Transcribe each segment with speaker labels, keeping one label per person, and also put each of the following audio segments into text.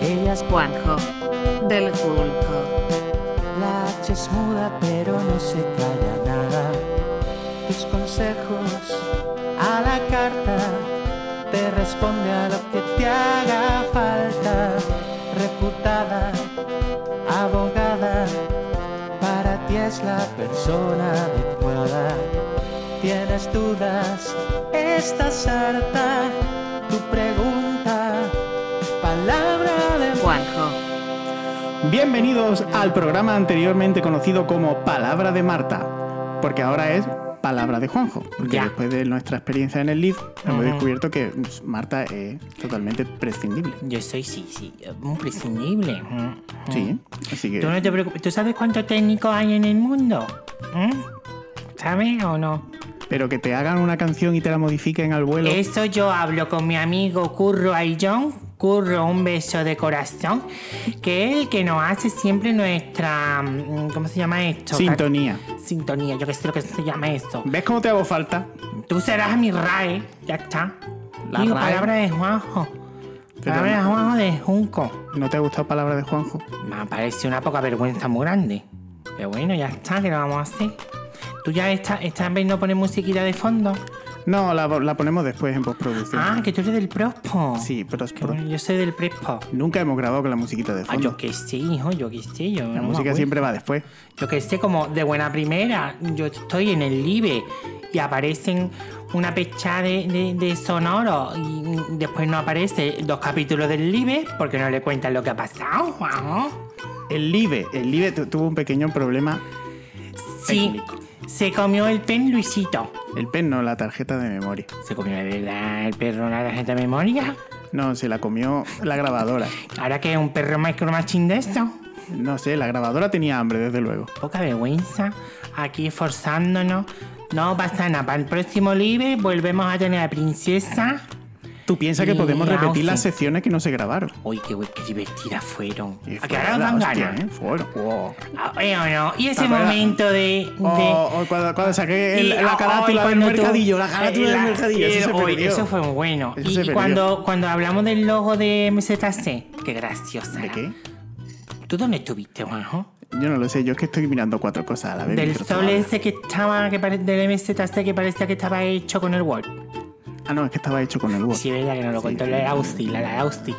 Speaker 1: Ella es Juanjo, del Julco.
Speaker 2: La H es muda pero no se calla nada. Tus consejos a la carta te responde a lo que te haga falta. Reputada, abogada, para ti es la persona adecuada. Tienes dudas, estás harta. Tu pregunta, palabra de
Speaker 1: Juanjo,
Speaker 3: Bienvenidos al programa anteriormente conocido como Palabra de Marta, porque ahora es Palabra de Juanjo, porque
Speaker 4: Ya.
Speaker 3: después de nuestra experiencia en el Leaf hemos
Speaker 4: Ujú.
Speaker 3: descubierto que pues, Marta es totalmente prescindible.
Speaker 4: Yo soy, sí, sí, imprescindible. Mm, mm.
Speaker 3: Sí, así
Speaker 4: Tú
Speaker 3: que
Speaker 4: no te preocupes. ¿Tú sabes cuántos técnicos hay en el mundo? ¿Mm? ¿Sabes o no?
Speaker 3: pero que te hagan una canción y te la modifiquen al vuelo.
Speaker 4: Eso yo hablo con mi amigo Curro Aillón. Curro, un beso de corazón. Que es el que nos hace siempre nuestra. mm, ¿Cómo se llama esto?
Speaker 3: Sintonía.
Speaker 4: Sintonía, yo qué sé lo que se llama esto.
Speaker 3: ¿Ves cómo te hago falta?
Speaker 4: Tú serás mi RAE, ya está.
Speaker 3: Mm. La
Speaker 4: Digo,
Speaker 3: RAE.
Speaker 4: palabra de Juanjo. Palabra de
Speaker 3: no-
Speaker 4: Juanjo de Junco.
Speaker 3: ¿No te ha gustado Palabra de Juanjo?
Speaker 4: Me parece una poca vergüenza muy grande. Pero bueno, ya está, ¿qué lo vamos a hacer? Tú ya estás, estás vez no pones musiquita de fondo.
Speaker 3: No, la, la ponemos después en postproducción.
Speaker 4: Ah, que tú eres del prospo.
Speaker 3: Sí, pero es
Speaker 4: Que
Speaker 3: pro-
Speaker 4: bueno, Yo soy del prespo.
Speaker 3: nunca hemos grabado con la musiquita de
Speaker 4: Ah,
Speaker 3: fondo.
Speaker 4: yo que sé, hijo, yo que sé. Yo
Speaker 3: La
Speaker 4: no me
Speaker 3: música
Speaker 4: acuerdo.
Speaker 3: siempre va después.
Speaker 4: Yo que sé, como de buena primera, yo estoy en el live y aparecen una pecha de, de, de sonoro y después no aparece dos capítulos del live porque no le cuentan lo que ha pasado, Juanjo.
Speaker 3: El Live, el Live tu- tuvo un pequeño problema.
Speaker 4: Sí, se comió el pen Luisito.
Speaker 3: El pen no, la tarjeta de memoria.
Speaker 4: ¿Se comió el, el perro la tarjeta de memoria?
Speaker 3: No, se la comió la grabadora.
Speaker 4: ¿Ahora que es un perro micromachín de esto?
Speaker 3: No sé, la grabadora tenía hambre, desde luego.
Speaker 4: Poca vergüenza. Aquí esforzándonos. No pasa nada. Para el próximo live volvemos a tener a Princesa.
Speaker 3: Tú piensas que
Speaker 4: Y
Speaker 3: podemos repetir
Speaker 4: Austin.
Speaker 3: las secciones que no se grabaron.
Speaker 4: Uy, qué, bu- qué divertidas fueron.
Speaker 3: Y
Speaker 4: ¿A
Speaker 3: fue
Speaker 4: que ahora os
Speaker 3: la
Speaker 4: dan
Speaker 3: hostia,
Speaker 4: ganas?
Speaker 3: ¿eh? Fueron. Wow.
Speaker 4: Ah, eh, o no? Y ese
Speaker 3: Ah, pero-
Speaker 4: momento de...
Speaker 3: O,
Speaker 4: de-
Speaker 3: o cuando, cuando saqué Oh, el-
Speaker 4: Y,
Speaker 3: la
Speaker 4: oh,
Speaker 3: carátula
Speaker 4: y
Speaker 3: del
Speaker 4: cuando tú-
Speaker 3: mercadillo, la carátula
Speaker 4: eh,
Speaker 3: del
Speaker 4: la-
Speaker 3: mercadillo.
Speaker 4: eh,
Speaker 3: Eso, se
Speaker 4: uy,
Speaker 3: perdió.
Speaker 4: eso fue muy bueno.
Speaker 3: Eso se
Speaker 4: y y
Speaker 3: perdió.
Speaker 4: cuando, cuando hablamos del logo de MZC, qué graciosa.
Speaker 3: ¿De qué?
Speaker 4: ¿Tú dónde estuviste, Juanjo?
Speaker 3: Yo no lo sé, yo es que estoy mirando cuatro cosas a la vez.
Speaker 4: Del
Speaker 3: mientras tú
Speaker 4: sol
Speaker 3: hablas.
Speaker 4: ese que estaba, que pare- del MZC que parecía que estaba hecho con el Word.
Speaker 3: Ah, no, es que estaba hecho con el Word.
Speaker 4: Sí, es verdad que no lo
Speaker 3: Sí,
Speaker 4: contó
Speaker 3: sí,
Speaker 4: la
Speaker 3: sí,
Speaker 4: Austi,
Speaker 3: sí.
Speaker 4: la, la Austi.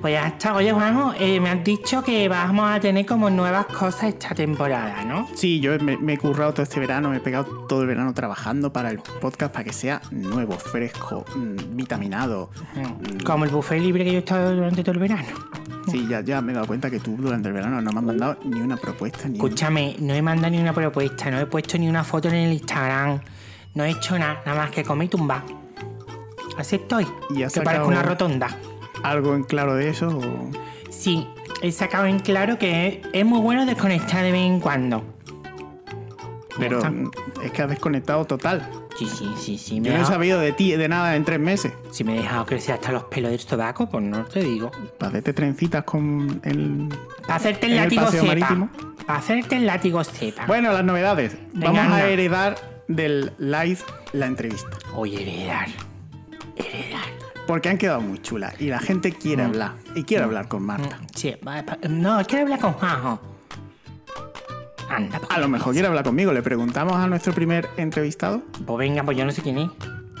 Speaker 4: Pues ya está. Oye, Juanjo, eh, me has dicho que vamos a tener como nuevas cosas esta temporada, ¿no?
Speaker 3: Sí, yo me, me he currado todo este verano, me he pegado todo el verano trabajando para el podcast para que sea nuevo, fresco, mm, vitaminado. Mm.
Speaker 4: Como el buffet libre que yo he estado durante todo el verano.
Speaker 3: Sí, ya, ya me he dado cuenta que tú durante el verano no me has mandado ni una propuesta ni un-
Speaker 4: Escúchame, no he mandado ni una propuesta, no he puesto ni una foto en el Instagram, no he hecho nada, nada más que comer y tumbar. Así estoy,
Speaker 3: Y has
Speaker 4: que
Speaker 3: sacado-
Speaker 4: parezco una rotonda.
Speaker 3: algo en claro de eso. o-
Speaker 4: Sí, he sacado en claro que es, es muy bueno desconectar de vez en cuando.
Speaker 3: Pero
Speaker 4: Ya está.
Speaker 3: mm, es que has desconectado total.
Speaker 4: Sí, sí, sí, sí. Me
Speaker 3: Yo
Speaker 4: he
Speaker 3: no he
Speaker 4: dejado-
Speaker 3: sabido de ti de nada en tres meses.
Speaker 4: Si me he dejado crecer hasta los pelos del sobaco, pues no te digo.
Speaker 3: Hacerte trencitas con el.
Speaker 4: Para hacerte el,
Speaker 3: ¿En el
Speaker 4: látigo
Speaker 3: paseo
Speaker 4: sepa.
Speaker 3: marítimo?
Speaker 4: Para hacerte el látigo sepa.
Speaker 3: Bueno, las novedades.
Speaker 4: Ah. Venga,
Speaker 3: Vamos a
Speaker 4: anda.
Speaker 3: heredar del live la entrevista.
Speaker 4: Oye, heredar.
Speaker 3: Porque han quedado muy chulas y la gente
Speaker 4: Mm.
Speaker 3: quiere hablar. Y quiere hablar con Marta.
Speaker 4: Sí, va- pa- no, quiero hablar con Juanjo. Anda, pa-
Speaker 3: A lo mejor quiere hablar conmigo. Le preguntamos a nuestro primer entrevistado.
Speaker 4: Pues venga, pues yo no sé quién es.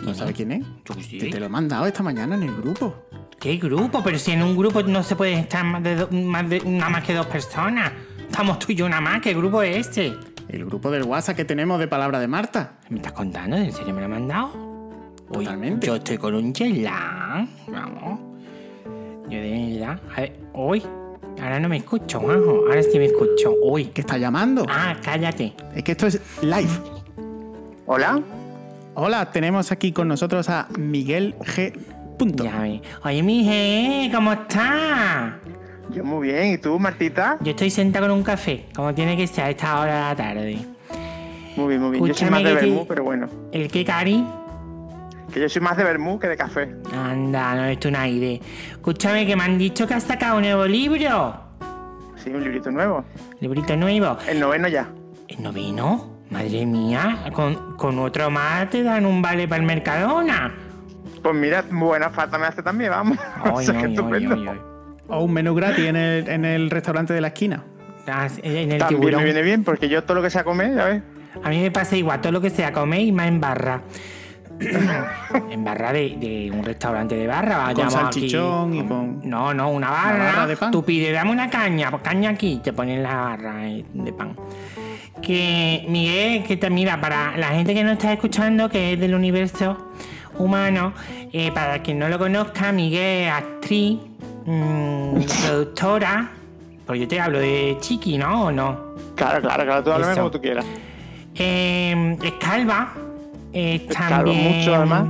Speaker 3: No sabe quién es.
Speaker 4: Yo qué sé.
Speaker 3: Que te lo he mandado esta mañana en el grupo.
Speaker 4: ¿Qué grupo? Pero si en un grupo no se puede estar más de, do- más de- nada más que dos personas. Estamos tú y yo nada más. ¿Qué grupo es este?
Speaker 3: El grupo del WhatsApp que tenemos de Palabra de Marta.
Speaker 4: ¿Me estás contando? ¿En serio me lo han mandado? Uy,
Speaker 3: Totalmente.
Speaker 4: yo estoy con un gelán. Vamos. Yo de verdad. A ver, uy. Ahora no me escucho, Juanjo. Ahora sí me escucho. Uy.
Speaker 3: Que está llamando.
Speaker 4: Ah, cállate.
Speaker 3: Es que esto es live.
Speaker 5: Hola.
Speaker 3: Hola, tenemos aquí con nosotros a Miguel G. Punto.
Speaker 4: Ya ve. Oye, mije, ¿cómo estás?
Speaker 5: Yo muy bien. ¿Y tú, Martita?
Speaker 4: Yo estoy sentada con un café, como tiene que ser a esta hora de la tarde.
Speaker 5: Muy bien, muy bien. Yo soy
Speaker 4: Escúchame
Speaker 5: más de
Speaker 4: que te-
Speaker 5: Bermú, pero bueno.
Speaker 4: ¿El qué, Cari?
Speaker 5: Que yo soy más de Bermú que de café.
Speaker 4: Anda, no es un aire. Escúchame que me han dicho que has sacado un nuevo libro.
Speaker 5: Sí, un librito nuevo.
Speaker 4: Librito nuevo.
Speaker 5: El noveno ya.
Speaker 4: ¿El noveno? Madre mía, con, con otro más te dan un vale para el Mercadona.
Speaker 5: Pues mira, buena falta me hace también, vamos. O
Speaker 4: Ay,
Speaker 5: sea, que
Speaker 4: ay, ay,
Speaker 5: estupendo.
Speaker 4: ay, ay.
Speaker 3: O un menú gratis en el, en el restaurante de la esquina.
Speaker 4: Ah, En el
Speaker 5: También
Speaker 4: tiburón.
Speaker 5: me viene bien, porque yo todo lo que sea comer, ya ves.
Speaker 4: A mí me pasa igual, todo lo que sea comer y más en barra. en barra de, de un restaurante de barra.
Speaker 3: Con
Speaker 4: vayamos aquí.
Speaker 3: salchichón y con.
Speaker 4: No, no, una barra.
Speaker 3: barra de pan.
Speaker 4: Tú pides, dame una caña, pues caña aquí, te ponen la barra eh, de pan. Que, Miguel, que te mira, para la gente que no está escuchando, que es del universo humano, eh, para quien no lo conozca, Miguel es actriz, mm, productora, pues yo te hablo de Chiqui, ¿no? ¿O no?
Speaker 5: Claro, claro, claro, tú háblame
Speaker 4: Eso.
Speaker 5: como tú quieras.
Speaker 4: Eh, es calva. eh,
Speaker 5: Es calva,
Speaker 4: también,
Speaker 5: mucho, además.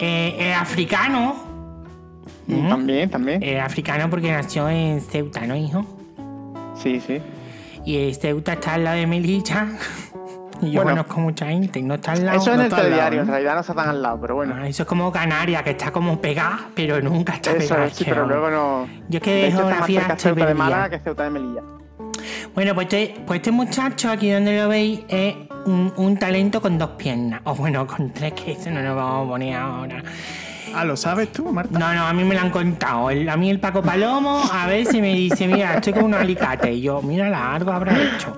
Speaker 4: eh, es africano. Mm.
Speaker 5: También, también.
Speaker 4: Es africano porque nació en Ceuta, ¿no, hijo?
Speaker 5: Sí, sí.
Speaker 4: Y eh, Ceuta está al lado de Melilla. y yo
Speaker 5: Bueno.
Speaker 4: conozco mucha gente. No está al lado.
Speaker 5: Eso es en
Speaker 4: no
Speaker 5: el
Speaker 4: está al lado, ¿eh?
Speaker 5: telediario, en
Speaker 4: ¿no?
Speaker 5: realidad no está tan al lado, pero bueno.
Speaker 4: Ah, eso es como Canarias, que está como pegada, pero nunca está
Speaker 5: Eso
Speaker 4: pegada.
Speaker 5: es, sí, pero luego no.
Speaker 4: Yo es que
Speaker 5: De
Speaker 4: de
Speaker 5: hecho, está más
Speaker 4: geografía
Speaker 5: cerca
Speaker 4: estoy
Speaker 5: Ceuta de
Speaker 4: perdida.
Speaker 5: Málaga que Ceuta de Melilla.
Speaker 4: Bueno, pues este, pues este muchacho aquí donde lo veis es un, un talento con dos piernas. O bueno, con tres, que eso no lo vamos a poner ahora.
Speaker 3: Ah, lo sabes tú, Marta.
Speaker 4: No, no, a mí me lo han contado. El- a mí el Paco Palomo a veces me dice, mira, estoy con un alicate. Y yo, mira, algo habrá hecho.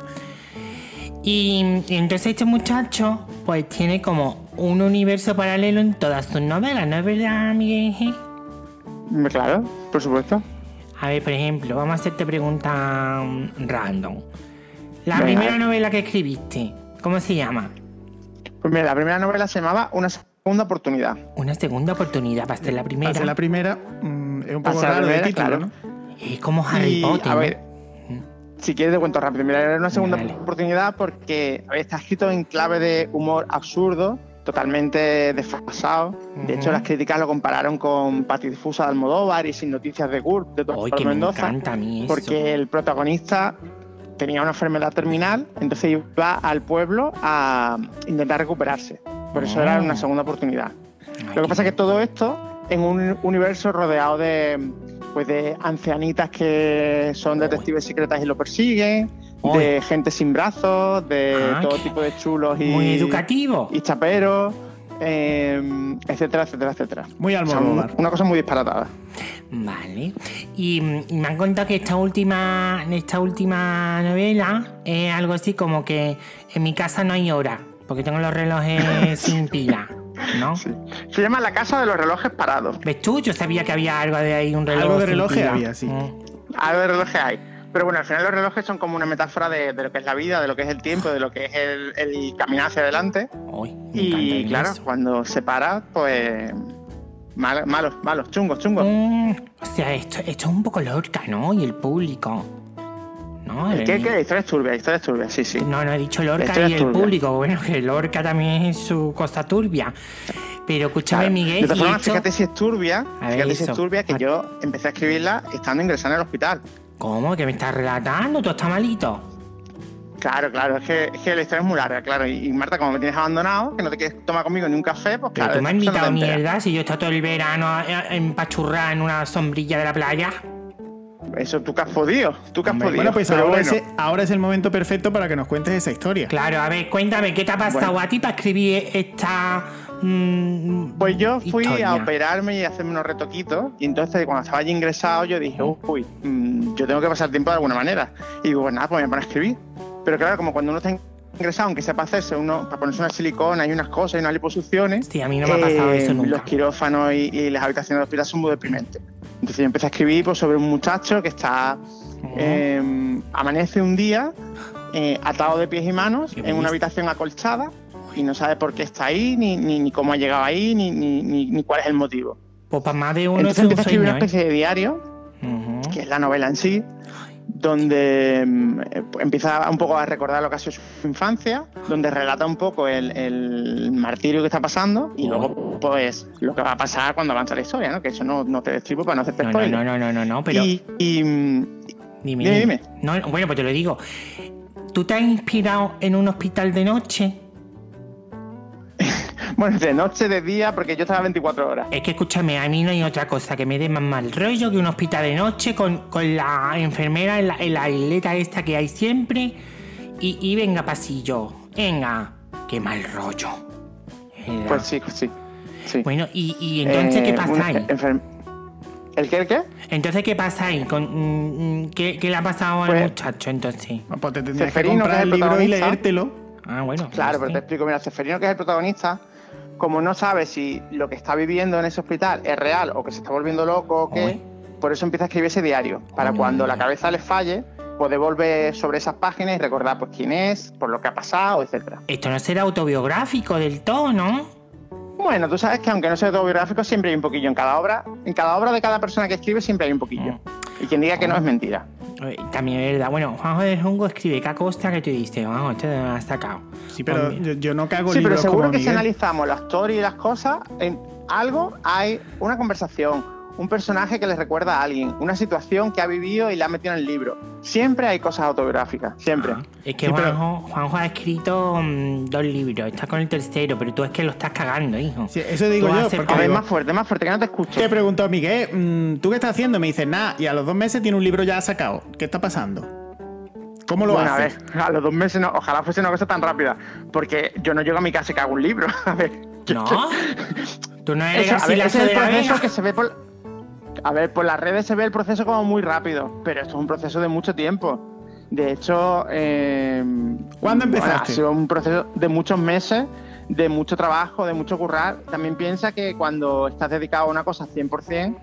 Speaker 4: Y, y entonces este muchacho, pues tiene como un universo paralelo en todas sus novelas, ¿no es verdad, Miguel?
Speaker 5: Mm, Claro, por supuesto.
Speaker 4: A ver, por ejemplo, vamos a hacerte preguntas mm, random. La
Speaker 5: Venga. eh.
Speaker 4: primera novela que escribiste, ¿cómo se llama?
Speaker 5: Pues mira, la primera novela se llamaba Una segunda oportunidad.
Speaker 4: Una segunda oportunidad para ser la
Speaker 3: Para ser
Speaker 4: primera.
Speaker 3: la primera, mm, es un poco
Speaker 5: Para ser la
Speaker 3: raro de
Speaker 5: primera,
Speaker 3: título,
Speaker 5: claro.
Speaker 3: ¿no?
Speaker 4: Es como Harry
Speaker 5: Y,
Speaker 4: Potter.
Speaker 5: a
Speaker 4: ¿no?
Speaker 5: ver, si quieres te cuento rápido. Mira, era una segunda
Speaker 4: Dale.
Speaker 5: oportunidad porque a ver, está escrito en clave de humor absurdo, totalmente desfasado. De hecho,
Speaker 4: Ujú.
Speaker 5: las críticas lo compararon con Patidifusa de Almodóvar y Sin Noticias de Gurb de
Speaker 4: Ay,
Speaker 5: Doctor
Speaker 4: que me
Speaker 5: Mendoza.
Speaker 4: encanta a mí eso.
Speaker 5: Porque el protagonista tenía una enfermedad terminal, entonces iba al pueblo a intentar recuperarse. Por eso era
Speaker 4: Ah.
Speaker 5: una segunda oportunidad.
Speaker 4: Ay,
Speaker 5: Lo que pasa es
Speaker 4: qué-
Speaker 5: que todo esto en un universo rodeado de pues de ancianitas que son detectives secretas y lo persiguen,
Speaker 4: Uy.
Speaker 5: de gente sin brazos, de
Speaker 4: Ah,
Speaker 5: todo
Speaker 4: qué-
Speaker 5: tipo de chulos y,
Speaker 4: Muy educativo.
Speaker 5: y chaperos, eh, etcétera, etcétera, etcétera.
Speaker 3: Muy
Speaker 5: O sea,
Speaker 3: Almodóvar.
Speaker 5: una cosa muy disparatada.
Speaker 4: Vale. Y, mm, y me han contado que esta última, esta última novela es algo así como que en mi casa no hay hora, porque tengo los relojes sin pila, ¿no?
Speaker 5: Sí. Se llama La Casa de los Relojes Parados.
Speaker 4: ¿Ves tú? Yo sabía que había algo de ahí, un reloj.
Speaker 3: Algo de
Speaker 4: sin
Speaker 3: relojes
Speaker 4: pila.
Speaker 3: había, sí.
Speaker 4: Mm.
Speaker 5: Algo de relojes hay. Pero bueno, al final los relojes son como una metáfora de, de lo que es la vida, de lo que es el tiempo, de lo que es el, el caminar hacia adelante.
Speaker 4: Ay, me encanta
Speaker 5: Y
Speaker 4: oír
Speaker 5: claro,
Speaker 4: eso.
Speaker 5: cuando se para, pues. mal- malos, malos, chungos, chungos.
Speaker 4: Mm, o sea, esto, esto es un poco Lorca, ¿no? Y el público. ¿No?
Speaker 5: ¿Qué,
Speaker 4: El-
Speaker 5: qué? La historia es turbia, la historia es turbia, sí, sí.
Speaker 4: No, no he dicho
Speaker 5: Esto
Speaker 4: Lorca
Speaker 5: es
Speaker 4: y el
Speaker 5: turbia.
Speaker 4: público. Bueno, que Lorca también es su cosa turbia. Pero escúchame,
Speaker 5: Claro.
Speaker 4: Miguel.
Speaker 5: De todas
Speaker 4: y
Speaker 5: formas,
Speaker 4: esto-
Speaker 5: fíjate si es turbia,
Speaker 4: A ver,
Speaker 5: fíjate si es
Speaker 4: eso.
Speaker 5: turbia, que
Speaker 4: Ah.
Speaker 5: yo empecé a escribirla estando ingresada en el hospital.
Speaker 4: ¿Cómo? ¿Que me estás relatando? ¿Tú estás malito?
Speaker 5: Claro, claro, es que, es que la historia es muy larga, claro. Y, y Marta, como me tienes abandonado, que no te quieres tomar conmigo ni un café, pues
Speaker 4: Pero
Speaker 5: claro.
Speaker 4: tú me has
Speaker 5: eso no te
Speaker 4: invitado
Speaker 5: enteras.
Speaker 4: mierda si yo he estado todo el verano eh, empachurrada en una sombrilla de la playa.
Speaker 5: Eso tú que has podido, tú que has
Speaker 4: Hombre,
Speaker 5: podido.
Speaker 3: Bueno, pues
Speaker 5: Pero
Speaker 3: ahora,
Speaker 5: bueno,
Speaker 3: es, ahora es el momento perfecto para que nos cuentes esa historia.
Speaker 4: Claro, a ver, cuéntame, ¿qué te ha pasado
Speaker 5: Bueno.
Speaker 4: a ti para escribir esta. mm,
Speaker 5: Pues yo fui
Speaker 4: historia?
Speaker 5: a operarme y a hacerme unos retoquitos. Y entonces, cuando estaba allí ingresado, yo dije, uy, mm, yo tengo que pasar tiempo de alguna manera. Y digo, pues nada, pues me van a escribir. Pero claro, como cuando uno está ingresado, aunque sepa hacerse uno, para ponerse una silicona y unas cosas y unas liposucciones,
Speaker 4: Sí, a mí no me ha pasado
Speaker 5: eh,
Speaker 4: eso
Speaker 5: los
Speaker 4: nunca.
Speaker 5: quirófanos y, y las habitaciones del hospital son muy deprimentes. Entonces yo empecé a escribir pues, sobre un muchacho que está. eh, amanece un día eh, atado de pies y manos
Speaker 4: Qué
Speaker 5: en una
Speaker 4: belleza.
Speaker 5: habitación acolchada y no sabe por qué está ahí, ni, ni, ni cómo ha llegado ahí, ni, ni, ni, ni cuál es el motivo.
Speaker 4: Pues para más de uno es
Speaker 5: Entonces
Speaker 4: un
Speaker 5: empieza a escribir una
Speaker 4: sueño. ¿eh?
Speaker 5: especie de diario,
Speaker 4: Ujú.
Speaker 5: que es la novela en sí, donde mm, eh, pues, empieza un poco a recordar lo que ha sido su infancia, donde relata un poco el, el martirio que está pasando y luego pues lo que va a pasar cuando avanza la historia, ¿no? Que eso no, no te destripo para no hacerte
Speaker 4: No, no,
Speaker 5: spoiler.
Speaker 4: no, no, no, no, no, pero.
Speaker 5: Y- y, mm,
Speaker 4: Dime,
Speaker 5: Dime, dime.
Speaker 4: No, no, bueno, pues te lo digo. ¿Tú te has inspirado en un hospital de noche?
Speaker 5: bueno, de noche, de día, porque yo estaba 24 horas.
Speaker 4: Es que escúchame, a mí no hay otra cosa que me dé más mal rollo que un hospital de noche con, con la enfermera en la, en la isleta esta que hay siempre. Y, y venga, pasillo, venga, qué mal rollo. ¿verdad?
Speaker 5: Pues sí, pues sí. Sí.
Speaker 4: Bueno, y, y entonces, ¿qué
Speaker 5: Eh, un
Speaker 4: pasáis?
Speaker 5: enfer- ¿El qué, el qué?
Speaker 4: Entonces, ¿qué pasáis? Con, mm, ¿qué, qué le ha pasado al
Speaker 5: Pues-
Speaker 4: muchacho entonces?
Speaker 3: Ah, Pues te tendrías que
Speaker 5: Ceferino, que
Speaker 3: comprar
Speaker 5: es
Speaker 3: el
Speaker 5: el
Speaker 3: libro y
Speaker 5: protagonista.
Speaker 3: leértelo.
Speaker 4: Ah, bueno.
Speaker 5: Claro,
Speaker 4: no
Speaker 5: pero te
Speaker 4: sé.
Speaker 5: explico, mira, Ceferino, que es el protagonista, como no sabe si lo que está viviendo en ese hospital es real o que se está volviendo loco o qué,
Speaker 4: Uy.
Speaker 5: por eso empieza a escribir ese diario, para
Speaker 4: Uy.
Speaker 5: cuando la cabeza le falle, poder volver sobre esas páginas y recordar pues quién es, por lo que ha pasado, etcétera.
Speaker 4: Esto no será autobiográfico del todo, ¿no?
Speaker 5: Bueno, tú sabes que aunque no sea autobiográfico, siempre hay un poquillo en cada obra, en cada obra de cada persona que escribe siempre hay un poquillo.
Speaker 4: Mm.
Speaker 5: Y quien diga que no es mentira.
Speaker 4: Eh, También es verdad. Bueno, Juanjo del Junco escribe que costa que tú dices, vamos, esto no lo has sacado.
Speaker 3: Sí, pero
Speaker 4: Pues,
Speaker 3: yo, yo no cago
Speaker 5: Sí, pero
Speaker 3: libros
Speaker 5: seguro
Speaker 3: como
Speaker 5: que si
Speaker 3: Miguel.
Speaker 5: analizamos las stories y las cosas, en algo hay una conversación, un personaje que le recuerda a alguien, una situación que ha vivido y la ha metido en el libro. Siempre hay cosas autobiográficas, siempre.
Speaker 4: Es que
Speaker 3: Sí, pero-
Speaker 4: Juanjo, Juanjo ha escrito mm, dos libros, está con el tercero, pero tú es que lo estás cagando, hijo.
Speaker 3: Sí, eso digo
Speaker 4: Tú
Speaker 3: yo,
Speaker 4: haces-
Speaker 3: porque
Speaker 5: A ver,
Speaker 3: digo,
Speaker 5: más fuerte, más fuerte, que no te escucho.
Speaker 3: Te preguntó Miguel, mm, ¿tú qué estás haciendo? Me dice, nada, y a los dos meses tiene un libro ya sacado. ¿Qué está pasando? ¿Cómo lo
Speaker 5: Bueno, a
Speaker 3: hace?
Speaker 5: ver, a los dos meses no, ojalá fuese una cosa tan rápida, porque yo no llego a mi casa y cago un libro. A ver, yo-
Speaker 4: No. Tú no eres
Speaker 5: Eso, a ver,
Speaker 4: Garcilaso
Speaker 5: ese es
Speaker 4: de
Speaker 5: el
Speaker 4: la
Speaker 5: proceso
Speaker 4: Vega.
Speaker 5: que se ve por. A ver, por las redes se ve el proceso como muy rápido, pero esto es un proceso de mucho tiempo. De hecho, eh,
Speaker 3: ¿Cuándo
Speaker 5: bueno,
Speaker 3: empezaste?
Speaker 5: ha sido un proceso de muchos meses, de mucho trabajo, de mucho currar. También piensa que cuando estás dedicado a una cosa 100%,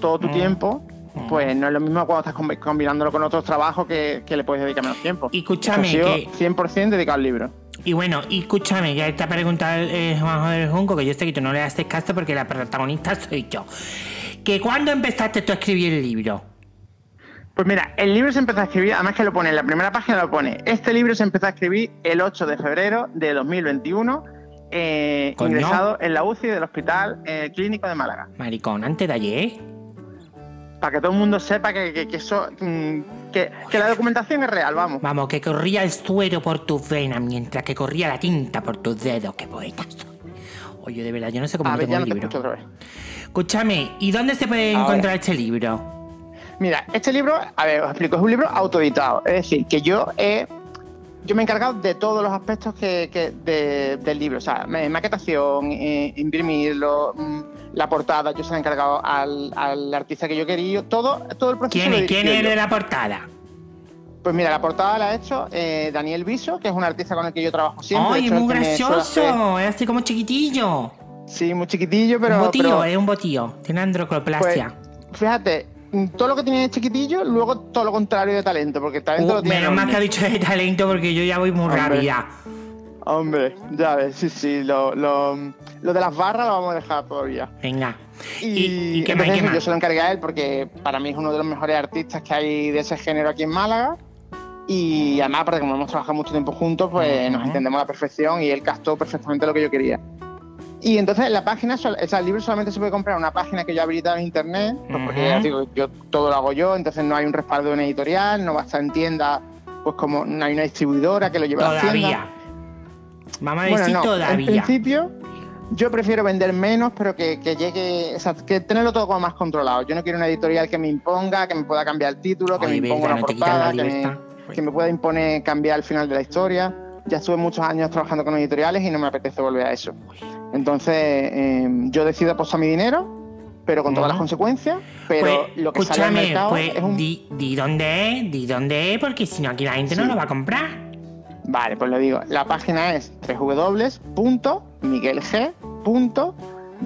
Speaker 5: todo tu
Speaker 4: Mm.
Speaker 5: tiempo,
Speaker 4: Mm.
Speaker 5: pues no es lo mismo cuando estás combi- combinándolo con otros trabajos que, que le puedes dedicar menos tiempo.
Speaker 4: Y
Speaker 5: Ha
Speaker 4: escúchame,
Speaker 5: sido
Speaker 4: que,
Speaker 5: 100% dedicado al libro.
Speaker 4: y bueno, y escúchame, que te ha preguntado el, eh, Juanjo del Junco, que yo sé que tú no le haces caso porque la protagonista soy yo. ¿Que cuándo empezaste tú a escribir el libro?
Speaker 5: Pues mira, el libro se empezó a escribir, además que lo pone en la primera página, lo pone. Este libro se empezó a escribir el 8 de febrero de 2021, eh,
Speaker 4: Coño.
Speaker 5: ingresado en la UCI del Hospital eh, Clínico de Málaga.
Speaker 4: Maricón, antes de ayer.
Speaker 5: Para que todo el mundo sepa que, que, que eso, mm, que, que la documentación es real, vamos.
Speaker 4: Vamos, que corría el suero por tus venas mientras que corría la tinta por tus dedos. ¡Qué poeta soy! Oye, de verdad, yo no sé cómo
Speaker 5: A
Speaker 4: me
Speaker 5: ver,
Speaker 4: tengo
Speaker 5: ya
Speaker 4: el
Speaker 5: no te
Speaker 4: libro.
Speaker 5: escucho otra vez.
Speaker 4: Escúchame, ¿y dónde se puede
Speaker 5: Ahora.
Speaker 4: encontrar este libro?
Speaker 5: Mira, este libro, a ver, os explico, es un libro autoeditado. Es decir, que yo he. Yo me he encargado de todos los aspectos que, que- de- del libro, o sea, ma- maquetación, eh, imprimirlo, mm, la portada, yo se la he encargado al, al artista que yo quería, todo, todo el proceso.
Speaker 4: ¿Quién
Speaker 5: lo
Speaker 4: es,
Speaker 5: he
Speaker 4: quién
Speaker 5: dirigido
Speaker 4: es
Speaker 5: yo.
Speaker 4: de la portada?
Speaker 5: Pues mira, la portada la ha hecho eh, Daniel Viso, que es un artista con el que yo trabajo siempre. de
Speaker 4: ¡Ay, es
Speaker 5: hecho, él
Speaker 4: muy
Speaker 5: también suele hacer-
Speaker 4: gracioso! Es así como chiquitillo.
Speaker 5: Sí, muy chiquitillo,
Speaker 4: un
Speaker 5: pero.
Speaker 4: botío,
Speaker 5: pero- pues,
Speaker 4: es un botío. Tiene androcroplasia.
Speaker 5: fíjate, mm, todo lo que tiene de chiquitillo, luego todo lo contrario de talento, porque el talento
Speaker 4: Uh,
Speaker 5: lo tiene.
Speaker 4: menos mal
Speaker 5: enorme.
Speaker 4: que ha dicho de talento porque yo ya voy muy
Speaker 5: Hombre.
Speaker 4: rápida.
Speaker 5: Hombre, ya ves, sí, sí, lo, lo, lo de las barras lo vamos a dejar todavía.
Speaker 4: Venga.
Speaker 5: Y,
Speaker 4: ¿Y, y qué más?
Speaker 5: entonces
Speaker 4: ¿Qué
Speaker 5: yo
Speaker 4: más?
Speaker 5: se lo encargué a él porque para mí es uno de los mejores artistas que hay de ese género aquí en Málaga. Y además, porque como hemos trabajado mucho tiempo juntos, pues nos
Speaker 4: Ujú.
Speaker 5: entendemos a la perfección y él captó perfectamente lo que yo quería. Y entonces la página, sol- o sea, el libro solamente se puede comprar en una página que yo he habilitado en internet, pues porque
Speaker 4: Ujú.
Speaker 5: ya digo, yo todo lo hago yo, entonces no hay un respaldo de una editorial, no va a estar en tienda, pues como no hay una distribuidora que lo lleve a la tienda.
Speaker 4: Todavía. Vamos a decir
Speaker 5: Bueno, no, En
Speaker 4: todavía.
Speaker 5: principio, yo prefiero vender menos, pero que, que llegue, o sea, que tenerlo todo como más controlado. Yo no quiero una editorial que me imponga, que me pueda cambiar el título, que
Speaker 4: Ay,
Speaker 5: me imponga
Speaker 4: verdad,
Speaker 5: una
Speaker 4: no te quitan
Speaker 5: portada,
Speaker 4: la
Speaker 5: que me,
Speaker 4: libertad.
Speaker 5: que me pueda imponer cambiar el final de la historia. Ya estuve muchos años trabajando con editoriales y no me apetece volver a eso. Entonces, eh, yo decido apostar mi dinero, pero con todas
Speaker 4: Ujú.
Speaker 5: las consecuencias, pero
Speaker 4: Pues,
Speaker 5: lo que sale al mercado
Speaker 4: pues,
Speaker 5: es un...
Speaker 4: di, di dónde es, di dónde es, porque si no aquí la gente no
Speaker 5: Sí.
Speaker 4: lo va a comprar.
Speaker 5: Vale, pues lo digo. La página es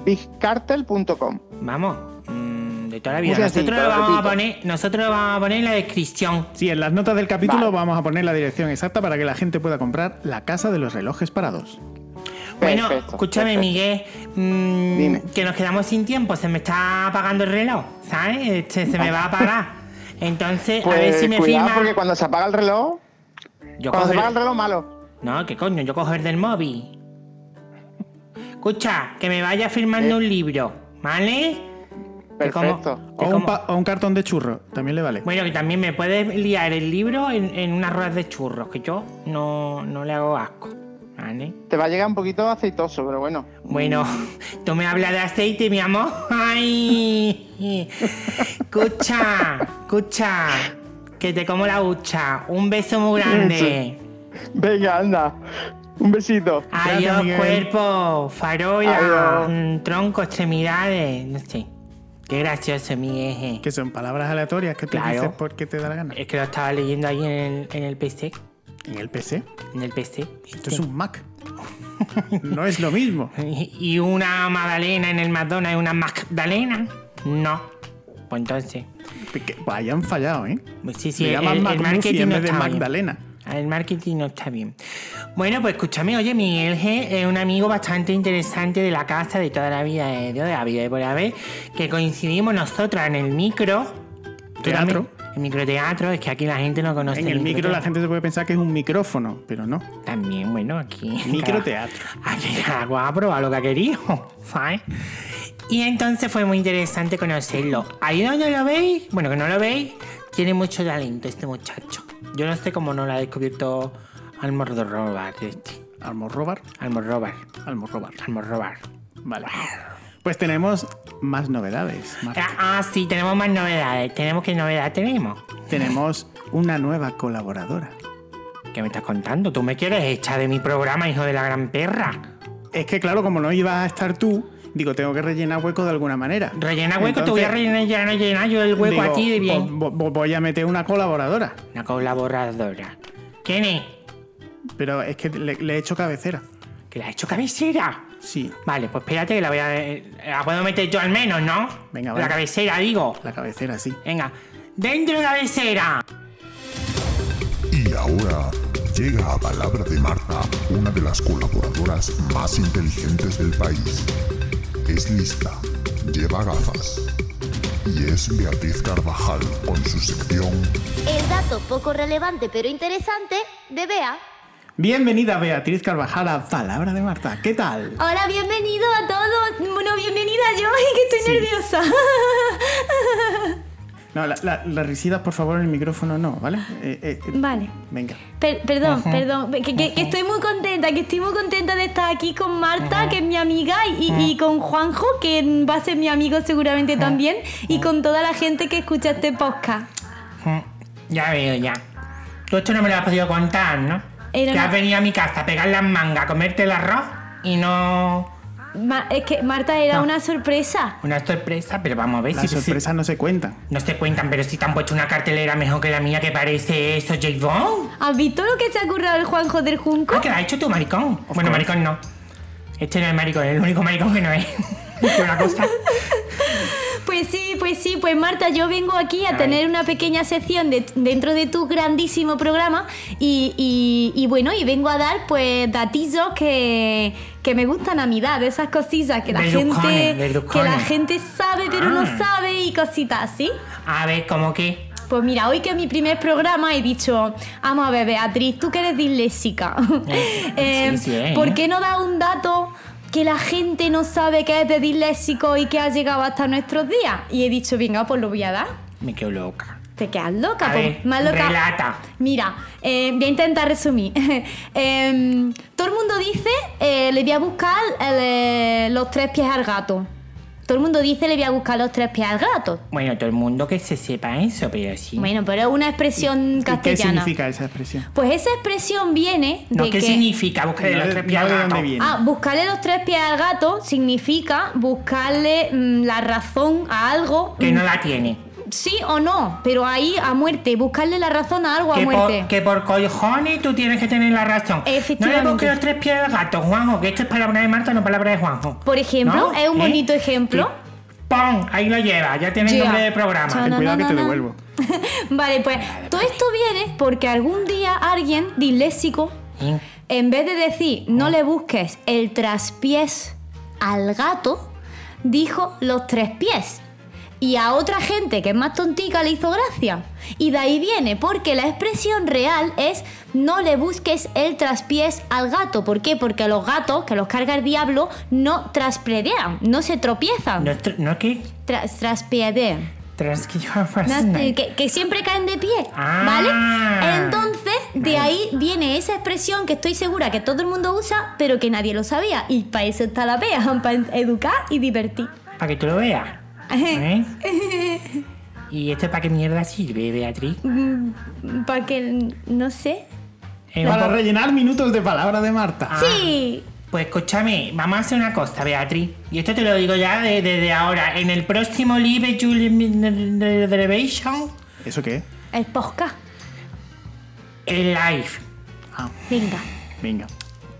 Speaker 5: www.miguelg.bigcartel.com.
Speaker 4: Vamos, mm, de toda la vida.
Speaker 5: Muy
Speaker 4: Nosotros,
Speaker 5: sencillo,
Speaker 4: lo
Speaker 5: lo
Speaker 4: vamos a
Speaker 5: repito.
Speaker 4: poner, nosotros lo vamos a poner en la descripción.
Speaker 3: Sí, en las notas del capítulo
Speaker 5: Vale.
Speaker 3: vamos a poner la dirección exacta para que la gente pueda comprar la casa de los relojes parados.
Speaker 4: Bueno,
Speaker 5: Perfecto,
Speaker 4: escúchame,
Speaker 5: perfecto.
Speaker 4: Miguel, mm,
Speaker 5: Dime.
Speaker 4: que nos quedamos sin tiempo, se me está apagando el reloj, ¿sabes? Este, se me va a apagar. Entonces,
Speaker 5: Pues
Speaker 4: a ver si me
Speaker 5: cuidado
Speaker 4: firma.
Speaker 5: porque cuando se apaga el reloj,
Speaker 4: Yo
Speaker 5: cuando
Speaker 4: cojo
Speaker 5: se
Speaker 4: el-
Speaker 5: apaga el reloj malo.
Speaker 4: No, que coño, yo cojo el del móvil. Escucha, que me vaya firmando
Speaker 5: Eh.
Speaker 4: un libro, ¿vale? Que como-
Speaker 5: Perfecto.
Speaker 4: que
Speaker 3: O un,
Speaker 4: como-
Speaker 3: pa- o un cartón de churro, también le vale.
Speaker 4: Bueno, que también me puedes liar el libro en, en unas ruedas de churros, que yo no, no le hago asco. ¿Vale?
Speaker 5: Te va a llegar un poquito aceitoso, pero bueno.
Speaker 4: Bueno,
Speaker 3: Mm.
Speaker 4: tú me hablas de aceite, mi amor. ¡Ay! Escucha, escucha. Que te como la hucha. Un beso muy grande.
Speaker 5: Venga, anda. Un besito.
Speaker 4: Adiós,
Speaker 3: Miguel.
Speaker 4: cuerpo, farola,
Speaker 5: Adiós.
Speaker 4: mm, tronco, extremidades. No sé. Qué gracioso, Miguel.
Speaker 3: Que son palabras aleatorias que tú
Speaker 4: Claro.
Speaker 3: dices porque te da la
Speaker 5: Eh.
Speaker 3: gana.
Speaker 4: Es que lo estaba leyendo ahí en el, en el PC.
Speaker 3: En el PC.
Speaker 4: En el PC.
Speaker 3: Esto es un Mac. No es lo mismo.
Speaker 4: Y una magdalena en el McDonald's, una magdalena. No. Pues entonces.
Speaker 3: Que hayan fallado, ¿eh?
Speaker 4: pues Sí, sí,
Speaker 3: Se
Speaker 4: el,
Speaker 3: llaman
Speaker 4: el
Speaker 3: McMuffin
Speaker 4: marketing
Speaker 3: en
Speaker 4: no
Speaker 3: vez de
Speaker 4: está bien.
Speaker 3: Magdalena.
Speaker 4: El marketing no está bien. Bueno, pues escúchame, oye, Miguel G es un amigo bastante interesante de la casa de toda la vida, eh, de la vida y por haber, que coincidimos nosotras en el micro.
Speaker 3: Teatro.
Speaker 4: El microteatro, es que aquí la gente no conoce.
Speaker 3: En el micro la gente se puede pensar que es un micrófono, pero no.
Speaker 4: También, bueno, aquí.
Speaker 3: Microteatro.
Speaker 4: Aquí cada cual ha probado lo que ha querido, ¿sabes? Y entonces fue muy interesante conocerlo. Ahí donde lo veis, bueno, que no lo veis, tiene mucho talento este muchacho. Yo no sé cómo no lo ha descubierto Almodóvar este.
Speaker 3: Almorrobar.
Speaker 4: Almodóvar,
Speaker 3: Almorrobar.
Speaker 4: Almodóvar.
Speaker 3: Vale. Pues tenemos más novedades. Marta.
Speaker 4: Ah, ah, sí, tenemos más novedades. Tenemos qué novedad tenemos.
Speaker 3: Tenemos una nueva colaboradora.
Speaker 4: ¿Qué me estás contando? ¿Tú me quieres echar de mi programa, hijo de la gran perra?
Speaker 3: Es que claro, como no ibas a estar tú, digo, tengo que rellenar hueco de alguna manera.
Speaker 4: Rellena hueco, te voy a
Speaker 3: Entonces,
Speaker 4: rellenar, llenar, llenar yo el hueco
Speaker 3: digo, pues,
Speaker 4: a ti de bien.
Speaker 3: vo- vo- voy a meter una colaboradora.
Speaker 4: Una colaboradora. ¿Quién es?
Speaker 3: Pero es que le, le he hecho cabecera.
Speaker 4: ¿Que la ha hecho cabecera?
Speaker 3: Sí,
Speaker 4: Vale, pues espérate que la voy a... eh, La puedo meter yo al menos, ¿no?
Speaker 3: Venga,
Speaker 4: La
Speaker 3: vale.
Speaker 4: cabecera, digo.
Speaker 3: la cabecera, sí.
Speaker 4: Venga. ¡Dentro cabecera!
Speaker 6: Y ahora llega a palabra de Marta, una de las colaboradoras más inteligentes del país. Es lista, lleva gafas y es Beatriz Carvajal con su sección
Speaker 7: El dato poco relevante pero interesante de Bea.
Speaker 3: Bienvenida Beatriz Carvajal a Palabra de Marta. ¿Qué tal?
Speaker 8: Hola, bienvenido a todos. Bueno, bienvenida yo, ay, que estoy nerviosa.
Speaker 3: No, la- la- las risidas, por favor, en el micrófono no, ¿vale? Eh, eh, eh,
Speaker 8: Vale.
Speaker 3: Venga.
Speaker 8: Per- perdón, perdón, que, que- que estoy muy contenta, que estoy muy contenta de estar aquí con Marta, que es mi amiga, y, y con Juanjo, que va a ser mi amigo seguramente también, y con toda la gente que escucha este podcast.
Speaker 4: Mm, Ya veo, ya. Tú esto no me lo has podido contar, Eh, ¿no?
Speaker 8: Era
Speaker 4: que
Speaker 8: una-
Speaker 4: has venido a mi casa a pegar las mangas, a comerte el arroz y no...
Speaker 8: Ma- es que Marta era
Speaker 4: No.
Speaker 8: una sorpresa.
Speaker 4: Una sorpresa, pero vamos a ver si...
Speaker 3: Las
Speaker 4: si-
Speaker 3: sorpresas no se cuentan.
Speaker 4: no se cuentan, pero si te han puesto una cartelera mejor que la mía que parece eso, J. Bond.
Speaker 8: ¿Has visto lo que se ha currado el Juanjo del Junco?
Speaker 4: Ah, que la ha hecho tu maricón. bueno, maricón no. Este no es maricón, es el único maricón que no es. Una cosa.
Speaker 8: Pues sí, pues sí, pues Marta, yo vengo aquí a
Speaker 4: Ay.
Speaker 8: tener una pequeña sección de- dentro de tu grandísimo programa y, y- y bueno, y vengo a dar pues datillos que, que me gustan a mi edad, esas cositas que la
Speaker 4: Verducones,
Speaker 8: gente que la
Speaker 4: verducones.
Speaker 8: gente sabe pero no
Speaker 4: Ah.
Speaker 8: sabe y cositas así.
Speaker 4: A ver, ¿cómo que?
Speaker 8: Pues mira, hoy que es mi primer programa he dicho, vamos a ver, Beatriz, tú que eres disléxica,
Speaker 4: Eh,
Speaker 8: eh,
Speaker 4: sí, sí, eh.
Speaker 8: ¿por qué no da un dato que la gente no sabe que es de disléxico y que ha llegado hasta nuestros días? Y he dicho, venga, pues lo voy a dar.
Speaker 4: Me quedo loca.
Speaker 8: Te quedas loca,
Speaker 4: A
Speaker 8: pues,
Speaker 4: ver,
Speaker 8: más loca.
Speaker 4: relata.
Speaker 8: Mira, eh, voy a intentar resumir. Em, todo el mundo dice, eh, le voy a buscar el, eh, los tres pies al gato. Todo el mundo dice, le voy a buscar los tres pies al gato.
Speaker 4: Bueno, todo el mundo que se sepa eso, pero sí.
Speaker 8: Bueno, pero es una expresión
Speaker 3: ¿Y ¿Qué
Speaker 8: Mm, castellana.
Speaker 3: significa esa expresión?
Speaker 8: Pues esa expresión viene de
Speaker 4: no, ¿qué
Speaker 8: que...
Speaker 4: significa buscar
Speaker 3: No
Speaker 4: los
Speaker 3: Eh, de-
Speaker 4: tres
Speaker 3: no
Speaker 4: pies al
Speaker 3: de dónde
Speaker 4: gato?
Speaker 3: viene.
Speaker 8: Ah, buscarle los tres pies al gato significa buscarle mm, la razón a algo.
Speaker 4: Que
Speaker 8: mm,
Speaker 4: no la tiene.
Speaker 8: Sí o no, pero ahí a muerte. Buscarle la razón a algo a
Speaker 4: Que
Speaker 8: muerte.
Speaker 4: por, que por cojones tú tienes que tener la razón. No le
Speaker 8: Efectivamente.
Speaker 4: busques los tres pies al gato, Juanjo, que esto es palabra de Marta, no palabra de Juanjo.
Speaker 8: Por ejemplo,
Speaker 4: ¿No?
Speaker 8: es un
Speaker 4: ¿Eh?
Speaker 8: bonito ejemplo.
Speaker 4: ¡Pum! Ahí lo lleva, ya tiene
Speaker 8: Ya.
Speaker 4: el nombre de programa.
Speaker 8: Chao.
Speaker 3: Ten
Speaker 8: no,
Speaker 3: cuidado
Speaker 8: no,
Speaker 3: que te
Speaker 8: no.
Speaker 3: devuelvo.
Speaker 8: Vale, pues todo esto viene porque algún día alguien disléxico,
Speaker 4: Sí.
Speaker 8: en vez de decir no le busques el traspiés al gato, dijo los tres pies. Y a otra gente que es más tontica le hizo gracia. Y de ahí viene, porque la expresión real es no le busques el traspiés al gato. ¿Por qué? Porque los gatos, que los carga el diablo, no traspredean, no se tropiezan.
Speaker 4: No, tr- no que
Speaker 8: Tras, traspiedean.
Speaker 4: tras que yo
Speaker 8: Nas- eh, que, que siempre caen de pie,
Speaker 4: Ah.
Speaker 8: ¿vale? Entonces, de ahí viene esa expresión que estoy segura que todo el mundo usa, pero que nadie lo sabía. Y para eso está la PEA, para educar y divertir.
Speaker 4: Para que tú lo veas. ¿eh?
Speaker 8: Mm.
Speaker 4: ¿Y esto para qué mierda sirve, Beatriz?
Speaker 8: Para que, no sé,
Speaker 4: Eh,
Speaker 3: Para
Speaker 4: po-
Speaker 3: rellenar minutos de palabra de Marta.
Speaker 4: Ah,
Speaker 8: Sí.
Speaker 4: Pues escúchame, vamos a hacer una cosa, Beatriz. Y esto te lo digo ya de- desde ahora. En el próximo Live Julian Derivation,
Speaker 3: ¿Eso qué?
Speaker 8: El podcast.
Speaker 4: el live,
Speaker 8: Venga.
Speaker 3: Venga.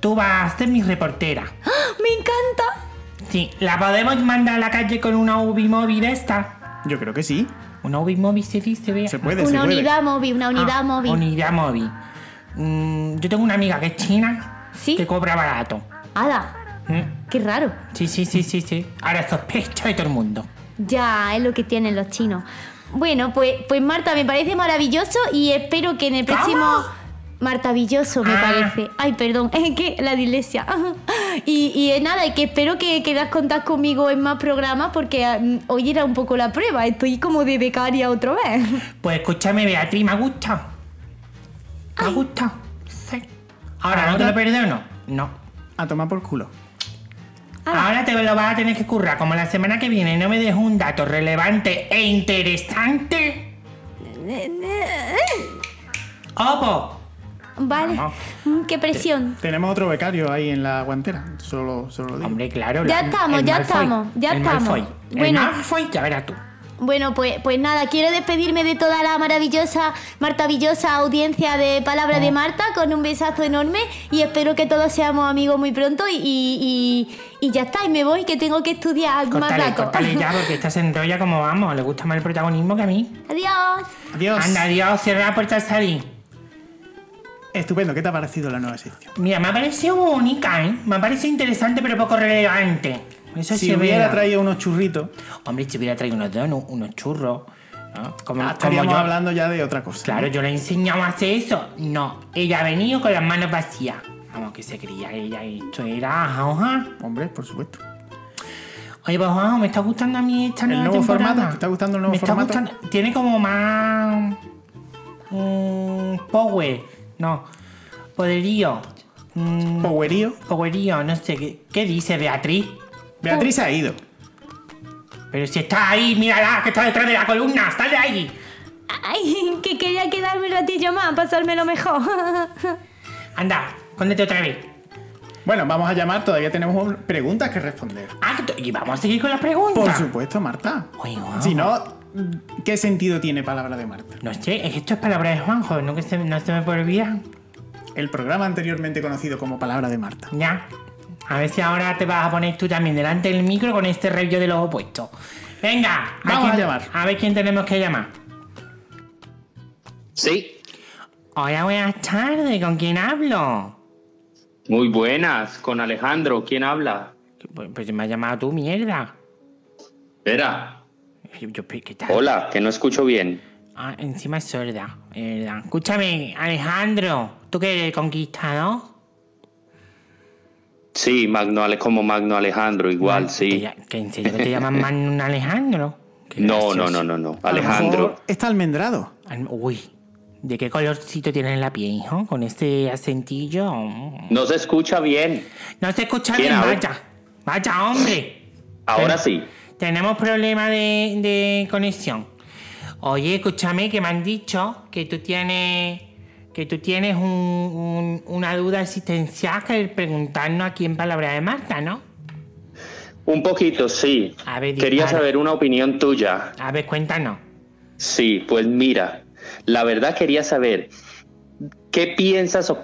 Speaker 4: tú vas a ser mi reportera.
Speaker 8: ¡Ah! ¡Me encanta!
Speaker 4: Sí, ¿la podemos mandar a la calle con una UBI móvil esta?
Speaker 3: Yo creo que sí.
Speaker 4: ¿Una UBI móvil se dice, Bea?
Speaker 3: Se puede, se
Speaker 8: Una
Speaker 3: puede.
Speaker 8: unidad móvil, una unidad
Speaker 4: Ah,
Speaker 8: móvil.
Speaker 4: Unidad móvil. Mm, yo tengo una amiga que es china
Speaker 8: Sí.
Speaker 4: que cobra barato.
Speaker 8: ¡Hala!
Speaker 4: Mm,
Speaker 8: ¡Qué raro!
Speaker 4: Sí, sí, sí, sí, sí. Ahora sospecha de todo el mundo.
Speaker 8: Ya, es lo que tienen los chinos. Bueno, pues, pues Marta, me parece maravilloso y espero que en el próximo... Martavilloso, me
Speaker 4: Ah.
Speaker 8: parece. Ay, perdón, es que la dislexia. Y, y eh, nada, y que espero que quieras contar conmigo en más programas porque ah, mm, hoy era un poco la prueba. Estoy como de becaria otra vez.
Speaker 4: Pues escúchame, Beatriz, me gusta. Me gusta. Sí. Ahora, no te lo perdono. No.
Speaker 3: A tomar por culo.
Speaker 8: Ah.
Speaker 4: Ahora te lo vas a tener que currar. Como la semana que viene no me dejes un dato relevante e interesante. Opo.
Speaker 8: Vale.
Speaker 4: Vamos.
Speaker 8: Mm, Qué presión.
Speaker 3: Tenemos otro becario ahí en la guantera. Solo, solo lo digo.
Speaker 4: Hombre, claro.
Speaker 8: Ya
Speaker 4: la-
Speaker 8: estamos,
Speaker 4: el
Speaker 8: ya
Speaker 4: Malfoy,
Speaker 8: estamos, ya
Speaker 4: el
Speaker 8: estamos.
Speaker 4: Malfoy. El
Speaker 8: Bueno.
Speaker 4: Malfoy, ya verás tú.
Speaker 8: Bueno, pues, pues nada, quiero despedirme de toda la maravillosa, martavillosa audiencia de Palabra
Speaker 4: Ah.
Speaker 8: de Marta con un besazo enorme y espero que todos seamos amigos muy pronto y, y, y- y ya está, y me voy que tengo que estudiar más
Speaker 4: Cortale,
Speaker 8: rato.
Speaker 4: cortale ya, porque esta se enrolla como vamos. Le gusta más el protagonismo que a mí.
Speaker 8: Adiós.
Speaker 3: Adiós.
Speaker 4: Anda, Dios, cierra la puerta al salir.
Speaker 3: Estupendo. ¿Qué te ha parecido la nueva sección?
Speaker 4: Mira, me ha parecido bonita, ¿eh? Me ha parecido interesante, pero poco relevante. Eso
Speaker 3: si
Speaker 4: sí,
Speaker 3: hubiera
Speaker 4: vea.
Speaker 3: traído unos churritos,
Speaker 4: Hombre, si hubiera traído unos donuts, unos churros. ¿no? Como, como
Speaker 3: Ah, estaríamos
Speaker 4: yo.
Speaker 3: hablando ya de otra cosa.
Speaker 4: Claro, yo le he enseñado a hacer eso. No, ella ha venido con las manos vacías. Vamos, que se creía ella. Esto era. Ajá, ajá.
Speaker 3: Hombre, por supuesto.
Speaker 4: Oye, pues Juanjo, me está gustando a mí esta
Speaker 3: El
Speaker 4: nueva
Speaker 3: nuevo
Speaker 4: temporada.
Speaker 3: formato, ¿te está gustando el nuevo
Speaker 4: Me está
Speaker 3: formato?
Speaker 4: gustando- Tiene como más... mm, power. No. Poderío. Mm,
Speaker 3: Powerío.
Speaker 4: poderío, no sé. ¿qué, qué dice Beatriz?
Speaker 3: Beatriz ha ido.
Speaker 4: Pero si está ahí, mírala, que está detrás de la columna. ¡Sal de ahí!
Speaker 8: Ay, que quería quedarme un ratillo más, pasármelo mejor.
Speaker 4: Anda, escóndete otra vez.
Speaker 3: Bueno, vamos a llamar. Todavía tenemos preguntas que responder.
Speaker 4: Ah, que to- y vamos a seguir con las preguntas.
Speaker 3: Por supuesto, Marta.
Speaker 4: Oye, Juanjo,
Speaker 3: Si no, ¿qué sentido tiene palabra de Marta?
Speaker 4: No sé, es que esto es palabra de Juanjo, no, que se, no se me puede olvidar.
Speaker 3: El programa anteriormente conocido como Palabra de Marta.
Speaker 4: Ya. A ver si ahora te vas a poner tú también delante del micro con este rayo de los opuestos. Venga,
Speaker 3: Vamos
Speaker 4: quién-
Speaker 3: a llamar.
Speaker 4: A ver quién tenemos que llamar.
Speaker 9: Sí,
Speaker 4: Hola, buenas tardes, ¿con quién hablo?
Speaker 9: muy buenas, con Alejandro. ¿Quién habla?
Speaker 4: Pues, pues me has llamado tú, mierda.
Speaker 9: Espera.
Speaker 4: Yo- yo, ¿qué tal?
Speaker 9: Hola, que no escucho bien.
Speaker 4: Ah, encima es sorda, es verdad. Escúchame, Alejandro, ¿tú que eres el conquistador?
Speaker 9: Sí, Magno, Ale- como Magno Alejandro, igual,
Speaker 4: Que
Speaker 9: sí.
Speaker 4: ya- Que en serio que te llaman Magnum Alejandro. Qué
Speaker 9: No, no,
Speaker 4: gracioso.
Speaker 9: no, no, no.
Speaker 3: A lo mejor
Speaker 9: Alejandro.
Speaker 3: Está almendrado.
Speaker 4: Al- Uy, ¿de qué colorcito tienes la piel, hijo? Con este acentillo. mm.
Speaker 9: No se escucha bien.
Speaker 4: No se escucha
Speaker 9: ¿Quién
Speaker 4: bien,
Speaker 9: habla?
Speaker 4: vaya. Vaya, hombre.
Speaker 9: Ahora sí.
Speaker 4: Tenemos problema de, de conexión. Oye, escúchame que me han dicho que tú tienes que tú tienes un- un- una duda existencial que preguntarnos aquí en Palabra de Marta, ¿no?
Speaker 9: Un poquito, sí.
Speaker 4: A ver,
Speaker 9: Quería
Speaker 4: dispara.
Speaker 9: saber una opinión tuya.
Speaker 4: A ver, cuéntanos.
Speaker 9: Sí, pues mira, la verdad quería saber, ¿qué piensas o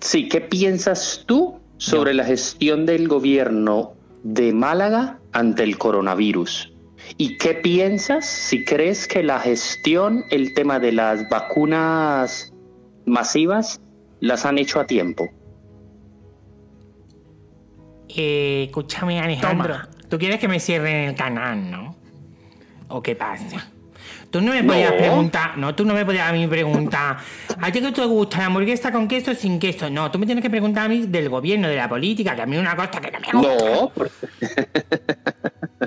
Speaker 9: sí, qué piensas tú sobre la gestión del gobierno de Málaga ante el coronavirus? ¿Y qué piensas si crees que la gestión, el tema de las vacunas masivas, las han hecho a tiempo?
Speaker 4: Eh, escúchame, Alejandro. Tú quieres que me cierren el canal, ¿no? ¿O qué pasa? Tú no me
Speaker 9: No.
Speaker 4: podías preguntar, no, tú no me podías a mí preguntar, ¿a ti qué te gusta la hamburguesa con queso o sin queso? No, tú me tienes que preguntar a mí del gobierno, de la política, que a mí es una cosa que no me gusta.
Speaker 9: No,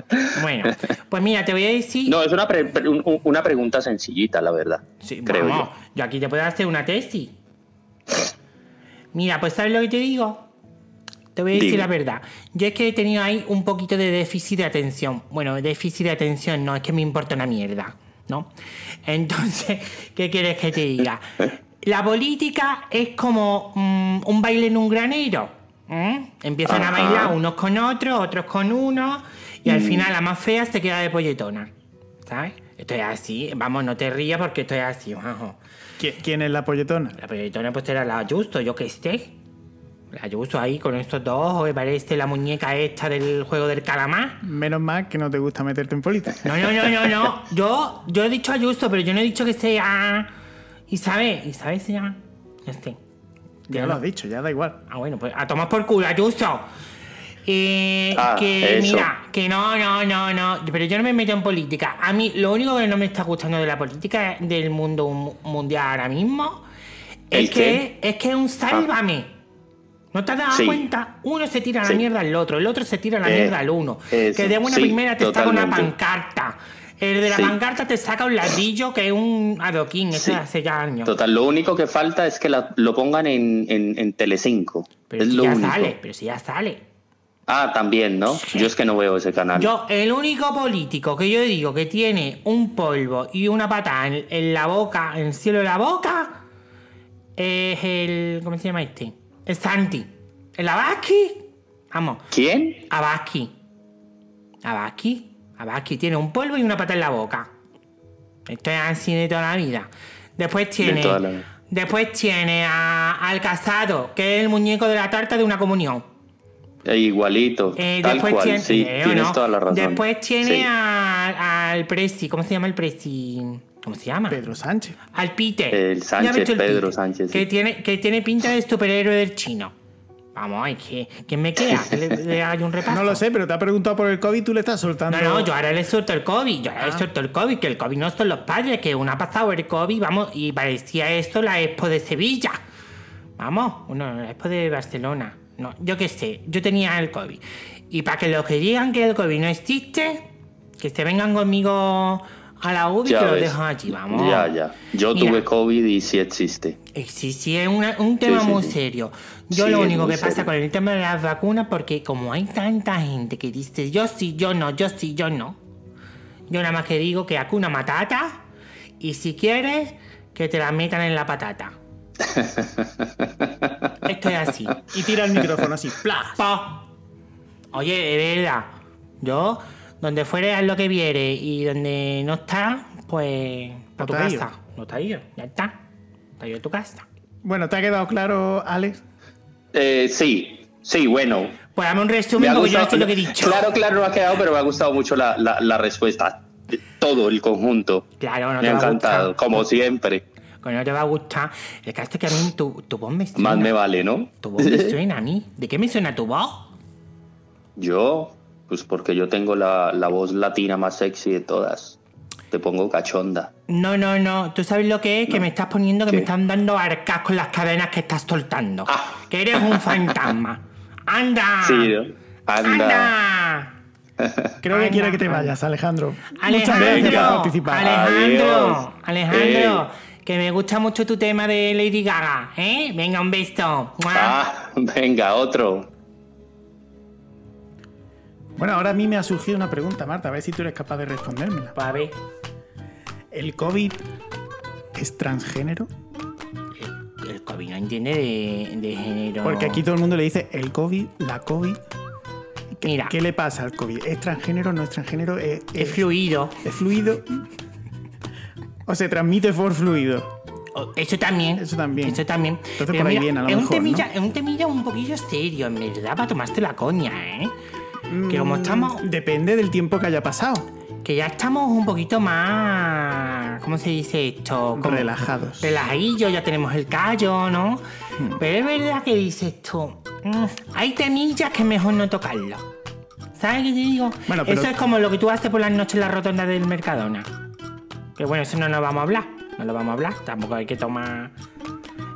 Speaker 4: Bueno, pues mira, te voy a decir...
Speaker 9: no, es una, pre- pre- un- un- una pregunta sencillita, la verdad.
Speaker 4: Sí,
Speaker 9: creo
Speaker 4: vamos,
Speaker 9: yo.
Speaker 4: yo. aquí te puedo hacer una tesis. Mira, pues ¿sabes lo que te digo? Te voy a decir
Speaker 9: Dime.
Speaker 4: la verdad. Yo es que he tenido ahí un poquito de déficit de atención. Bueno, déficit de atención no, es que me importa una mierda, ¿no? Entonces, ¿qué quieres que te diga? La política es como mm, un baile en un granero. ¿Mm? Empiezan a
Speaker 9: Ajá. Mm.
Speaker 4: bailar unos con otros, otros con unos, y al final la más fea se queda de polletona. ¿Sabes? Esto es así. Vamos, no te rías porque esto es así, majo.
Speaker 3: ¿Qui- ¿Quién es la polletona?
Speaker 4: La polletona pues era la Justo, yo que sé. La Justo ahí con estos dos ojos, que parece la muñeca esta del juego del calamar.
Speaker 3: Menos mal que no te gusta meterte en política.
Speaker 4: No, no, no, no, no. Yo, yo he dicho a Justo, pero yo no he dicho que sea. Isabel. Isabel se llama. Este.
Speaker 3: Ya lo has dicho, ya da igual.
Speaker 4: Ah, bueno, pues a tomar por culo, Ayuso. Eh,
Speaker 9: Ah,
Speaker 4: que
Speaker 9: eso.
Speaker 4: mira, que no, no, no, no. Pero yo no me meto en política. A mí lo único que no me está gustando de la política del mundo mu- mundial ahora mismo es
Speaker 9: ¿El qué?
Speaker 4: que, es que es un sálvame. ¿No te has dado
Speaker 9: Sí.
Speaker 4: cuenta? Uno se tira a la
Speaker 9: Sí.
Speaker 4: mierda al otro, el otro se tira a la
Speaker 9: Eh,
Speaker 4: mierda al uno.
Speaker 9: eso,
Speaker 4: que de una
Speaker 9: sí,
Speaker 4: primera te saca una
Speaker 9: totalmente.
Speaker 4: pancarta. El de la
Speaker 9: Sí.
Speaker 4: pancarta te saca un ladrillo que es un adoquín, eso
Speaker 9: Sí.
Speaker 4: de hace ya años.
Speaker 9: Total, lo único que falta es que la- lo pongan en, en, en Telecinco.
Speaker 4: Pero
Speaker 9: es
Speaker 4: si
Speaker 9: lo
Speaker 4: ya
Speaker 9: único.
Speaker 4: sale, pero si ya sale.
Speaker 9: Ah, también, ¿no? Yo es que no veo ese canal.
Speaker 4: Yo, el único político que yo digo que tiene un polvo y una patada en, en la boca, en el cielo de la boca, es el. ¿Cómo se llama este? El Santi. ¿El Abaski? Vamos,
Speaker 9: ¿Quién?
Speaker 4: Abaski. Abaski. Abaski tiene un polvo y una pata en la boca. Esto es así de toda la vida. Después tiene.
Speaker 9: toda la vida.
Speaker 4: Después tiene a- al casado, que es el muñeco de la tarta de una comunión.
Speaker 9: Eh, igualito.
Speaker 4: Eh,
Speaker 9: tal
Speaker 4: después
Speaker 9: cual,
Speaker 4: tiene,
Speaker 9: sí,
Speaker 4: eh, ¿o
Speaker 9: tienes
Speaker 4: no?
Speaker 9: toda la razón.
Speaker 4: Después tiene
Speaker 9: Sí.
Speaker 4: a- al Presi, ¿cómo se llama el Presi? ¿Cómo se llama?
Speaker 3: Pedro Sánchez.
Speaker 4: Al Peter.
Speaker 9: El
Speaker 4: ¿Ya has
Speaker 9: Sánchez,
Speaker 4: visto
Speaker 9: Pedro Sánchez,
Speaker 4: Que
Speaker 9: sí.
Speaker 4: tiene, que tiene pinta de superhéroe del chino. Vamos, es que, ¿quién me queda? Que le, le haga yo un repaso.
Speaker 3: No lo sé, pero te ha preguntado por el COVID y tú le estás soltando.
Speaker 4: No, no, yo ahora le suelto el COVID, yo ahora
Speaker 9: Ah.
Speaker 4: le suelto el COVID, que el COVID no son los padres, que una ha pasado el COVID, vamos, y parecía esto la expo de Sevilla. Vamos, no, la expo de Barcelona. No, yo qué sé, yo tenía el COVID. Y para que los que digan que el COVID no existe, que se vengan conmigo a la UBI,
Speaker 9: Ya
Speaker 4: que los
Speaker 9: ves.
Speaker 4: dejo allí, vamos.
Speaker 9: Ya, ya. Yo
Speaker 4: Mira.
Speaker 9: tuve COVID y sí existe.
Speaker 4: Eh, Sí, sí, es una- un tema
Speaker 9: Sí, sí,
Speaker 4: muy
Speaker 9: sí.
Speaker 4: serio. Yo
Speaker 9: Sí,
Speaker 4: lo
Speaker 9: es
Speaker 4: único
Speaker 9: muy
Speaker 4: que pasa
Speaker 9: serio.
Speaker 4: con el tema de las vacunas, porque como hay tanta gente que dice yo sí, yo no, yo sí, yo no, yo nada más que digo que una matata y si quieres que te la metan en la patata. Esto es así.
Speaker 3: Y tira el micrófono así, ¡plas!
Speaker 4: Pa. Oye, de verdad, yo, donde fuere haz lo que viere y donde no está, pues a
Speaker 3: No
Speaker 4: tu
Speaker 3: te ha
Speaker 4: casa.
Speaker 3: ido.
Speaker 4: No está ido, ya está. Está ido a tu casa.
Speaker 3: Bueno, ¿te ha quedado claro, Alex?
Speaker 9: Eh, sí, sí, bueno.
Speaker 4: Pues dame un
Speaker 9: Me
Speaker 4: resumen
Speaker 9: ha
Speaker 4: porque yo no
Speaker 9: gustado,
Speaker 4: sé lo que he dicho.
Speaker 9: Claro, claro, no ha quedado, pero me ha gustado mucho la, la- la respuesta. De- Todo el conjunto.
Speaker 4: Claro, no
Speaker 9: me
Speaker 4: te
Speaker 9: ha
Speaker 4: va a
Speaker 9: encantado,
Speaker 4: gustar.
Speaker 9: como siempre.
Speaker 4: Que no te va a gustar. El caso es que a mí tu, tu voz me suena.
Speaker 9: Más me vale, ¿no?
Speaker 4: Tu voz me suena a mí. ¿De qué me suena tu voz?
Speaker 9: Yo, pues porque yo tengo la, la voz latina más sexy de todas. Te pongo cachonda.
Speaker 4: No, no, no. Tú sabes lo que es, que me estás poniendo, que
Speaker 9: ¿Qué?
Speaker 4: me están dando arcas con las cadenas que estás soltando.
Speaker 9: Ah.
Speaker 4: Que eres un fantasma. ¡Anda!
Speaker 9: Sí, ¿no? Anda.
Speaker 4: ¡Anda!
Speaker 3: Creo
Speaker 4: Ay,
Speaker 3: que quiere
Speaker 4: no,
Speaker 3: que te
Speaker 4: no.
Speaker 3: vayas, Alejandro. Muchas gracias por
Speaker 4: Alejandro,
Speaker 3: participar. Eh.
Speaker 9: Adiós.
Speaker 4: Alejandro, Alejandro,
Speaker 9: Ey.
Speaker 4: que me gusta mucho tu tema de Lady Gaga, ¿eh? Venga, un beso. ¡Mua!
Speaker 9: Ah, venga, otro.
Speaker 3: Bueno, ahora a mí me ha surgido una pregunta, Marta, a ver si tú eres capaz de respondérmela.
Speaker 4: Pues a ver.
Speaker 3: ¿El COVID es transgénero?
Speaker 4: El COVID no entiende de, de género.
Speaker 3: Porque aquí todo el mundo le dice el COVID, la COVID. ¿Qué,
Speaker 4: Mira.
Speaker 3: ¿Qué le pasa al COVID? ¿Es transgénero, no es transgénero? ¿Es,
Speaker 4: es
Speaker 3: es-
Speaker 4: fluido.
Speaker 3: es fluido? ¿O se transmite por fluido?
Speaker 4: O- Eso también.
Speaker 3: Eso también.
Speaker 4: Eso también.
Speaker 3: Entonces por ahí viene, a lo
Speaker 4: es, un
Speaker 3: mejor,
Speaker 4: temilla,
Speaker 3: ¿no?
Speaker 4: es un temilla un poquillo serio, en verdad, para tomarte la coña, ¿eh? Que como
Speaker 3: Mm,
Speaker 4: estamos.
Speaker 3: Depende del tiempo que haya pasado.
Speaker 4: Que ya estamos un poquito más. ¿Cómo se dice esto? Como-
Speaker 3: Relajados. Hmm.
Speaker 4: Relajillo, ya tenemos el callo, ¿no? Pero es verdad que dices tú. mm, hay temillas que es mejor no tocarlo. ¿Sabes qué te digo?
Speaker 3: Bueno, pero-
Speaker 4: Eso es como lo que tú haces por las noches en la rotonda del Mercadona. Que bueno, eso no nos vamos a hablar. No lo vamos a hablar. Tampoco hay que tomar.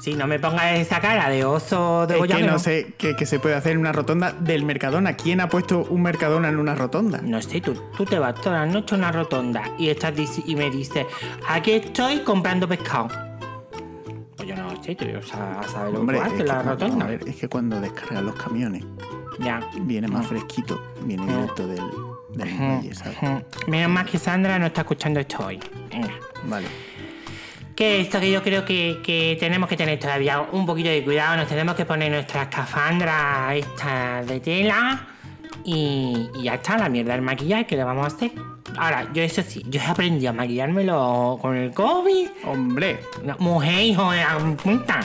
Speaker 4: Sí, no me pongas esa cara de oso
Speaker 3: Es
Speaker 4: de
Speaker 3: que
Speaker 4: gollagüero.
Speaker 3: no sé qué qué se puede hacer en una rotonda del Mercadona. ¿Quién ha puesto un Mercadona en una rotonda?
Speaker 4: No sé, tú, tú te vas toda la noche a una rotonda y, estás, dici- y me dices, aquí estoy comprando pescado. Pues yo no sé, tú o sea, a saber lo que
Speaker 3: Hombre,
Speaker 4: haces en la
Speaker 3: cuando-
Speaker 4: rotonda.
Speaker 3: a ver, es que eh. cuando descargan los camiones
Speaker 4: Ya.
Speaker 3: viene más fresquito, viene directo del, del muelle, ¿sabes?
Speaker 4: Mm, Menos mal que Sandra no está escuchando esto hoy. Venga.
Speaker 3: Vale.
Speaker 4: Que que esto que yo creo que, que tenemos que tener todavía un poquito de cuidado, nos tenemos que poner nuestra escafandra esta de tela y, y ya está, la mierda del maquillaje que le vamos a hacer. Ahora, yo eso sí, yo he aprendido a maquillármelo con el COVID.
Speaker 3: Hombre,
Speaker 4: No, mujer, hijo de la puta.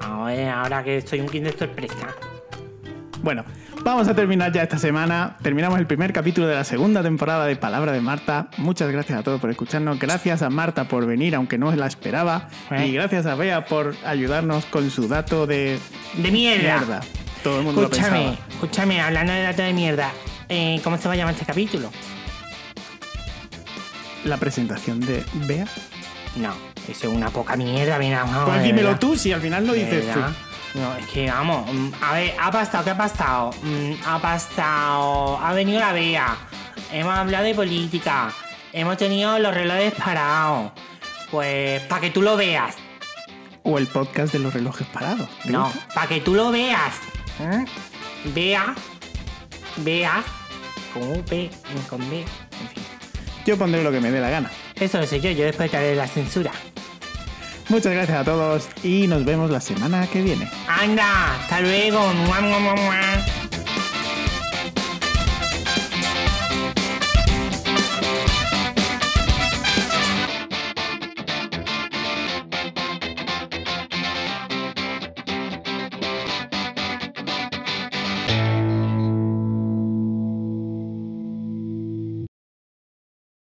Speaker 4: Ahora, ahora que soy un kinder sorpresa.
Speaker 3: Bueno, vamos a terminar ya esta semana. Terminamos el primer capítulo de la segunda temporada de Palabra de Marta. Muchas gracias a todos por escucharnos. Gracias a Marta por venir, aunque no la esperaba.
Speaker 4: Eh.
Speaker 3: Y gracias a Bea por ayudarnos con su dato de
Speaker 4: De mierda.
Speaker 3: mierda. Todo el mundo lo
Speaker 4: Escúchame,
Speaker 3: pensaba.
Speaker 4: escúchame, hablando de datos de mierda, eh, ¿cómo se va a llamar este capítulo?
Speaker 3: La presentación de Bea.
Speaker 4: No, eso es una poca mierda, mira. vamos,
Speaker 3: Pues
Speaker 4: de
Speaker 3: dímelo
Speaker 4: verdad.
Speaker 3: tú, si al final lo
Speaker 4: De
Speaker 3: dices tú.
Speaker 4: verdad. No, es que vamos, mm, a ver, ha pasado, ¿qué ha pasado? Mm, Ha pasado, ha venido la vea, hemos hablado de política, hemos tenido los relojes parados, pues para que tú lo veas,
Speaker 3: O el podcast de los relojes parados. ¿Te
Speaker 4: No,
Speaker 3: gusta?
Speaker 4: para que tú lo veas. ¿eh? Vea. Vea. Con un P, con B. En fin.
Speaker 3: Yo pondré lo que me dé la gana.
Speaker 4: Eso lo sé yo, yo después te haré la censura.
Speaker 3: Muchas gracias a todos y nos vemos la semana que viene.
Speaker 4: Anda, hasta luego. Mua, mua, mua, mua.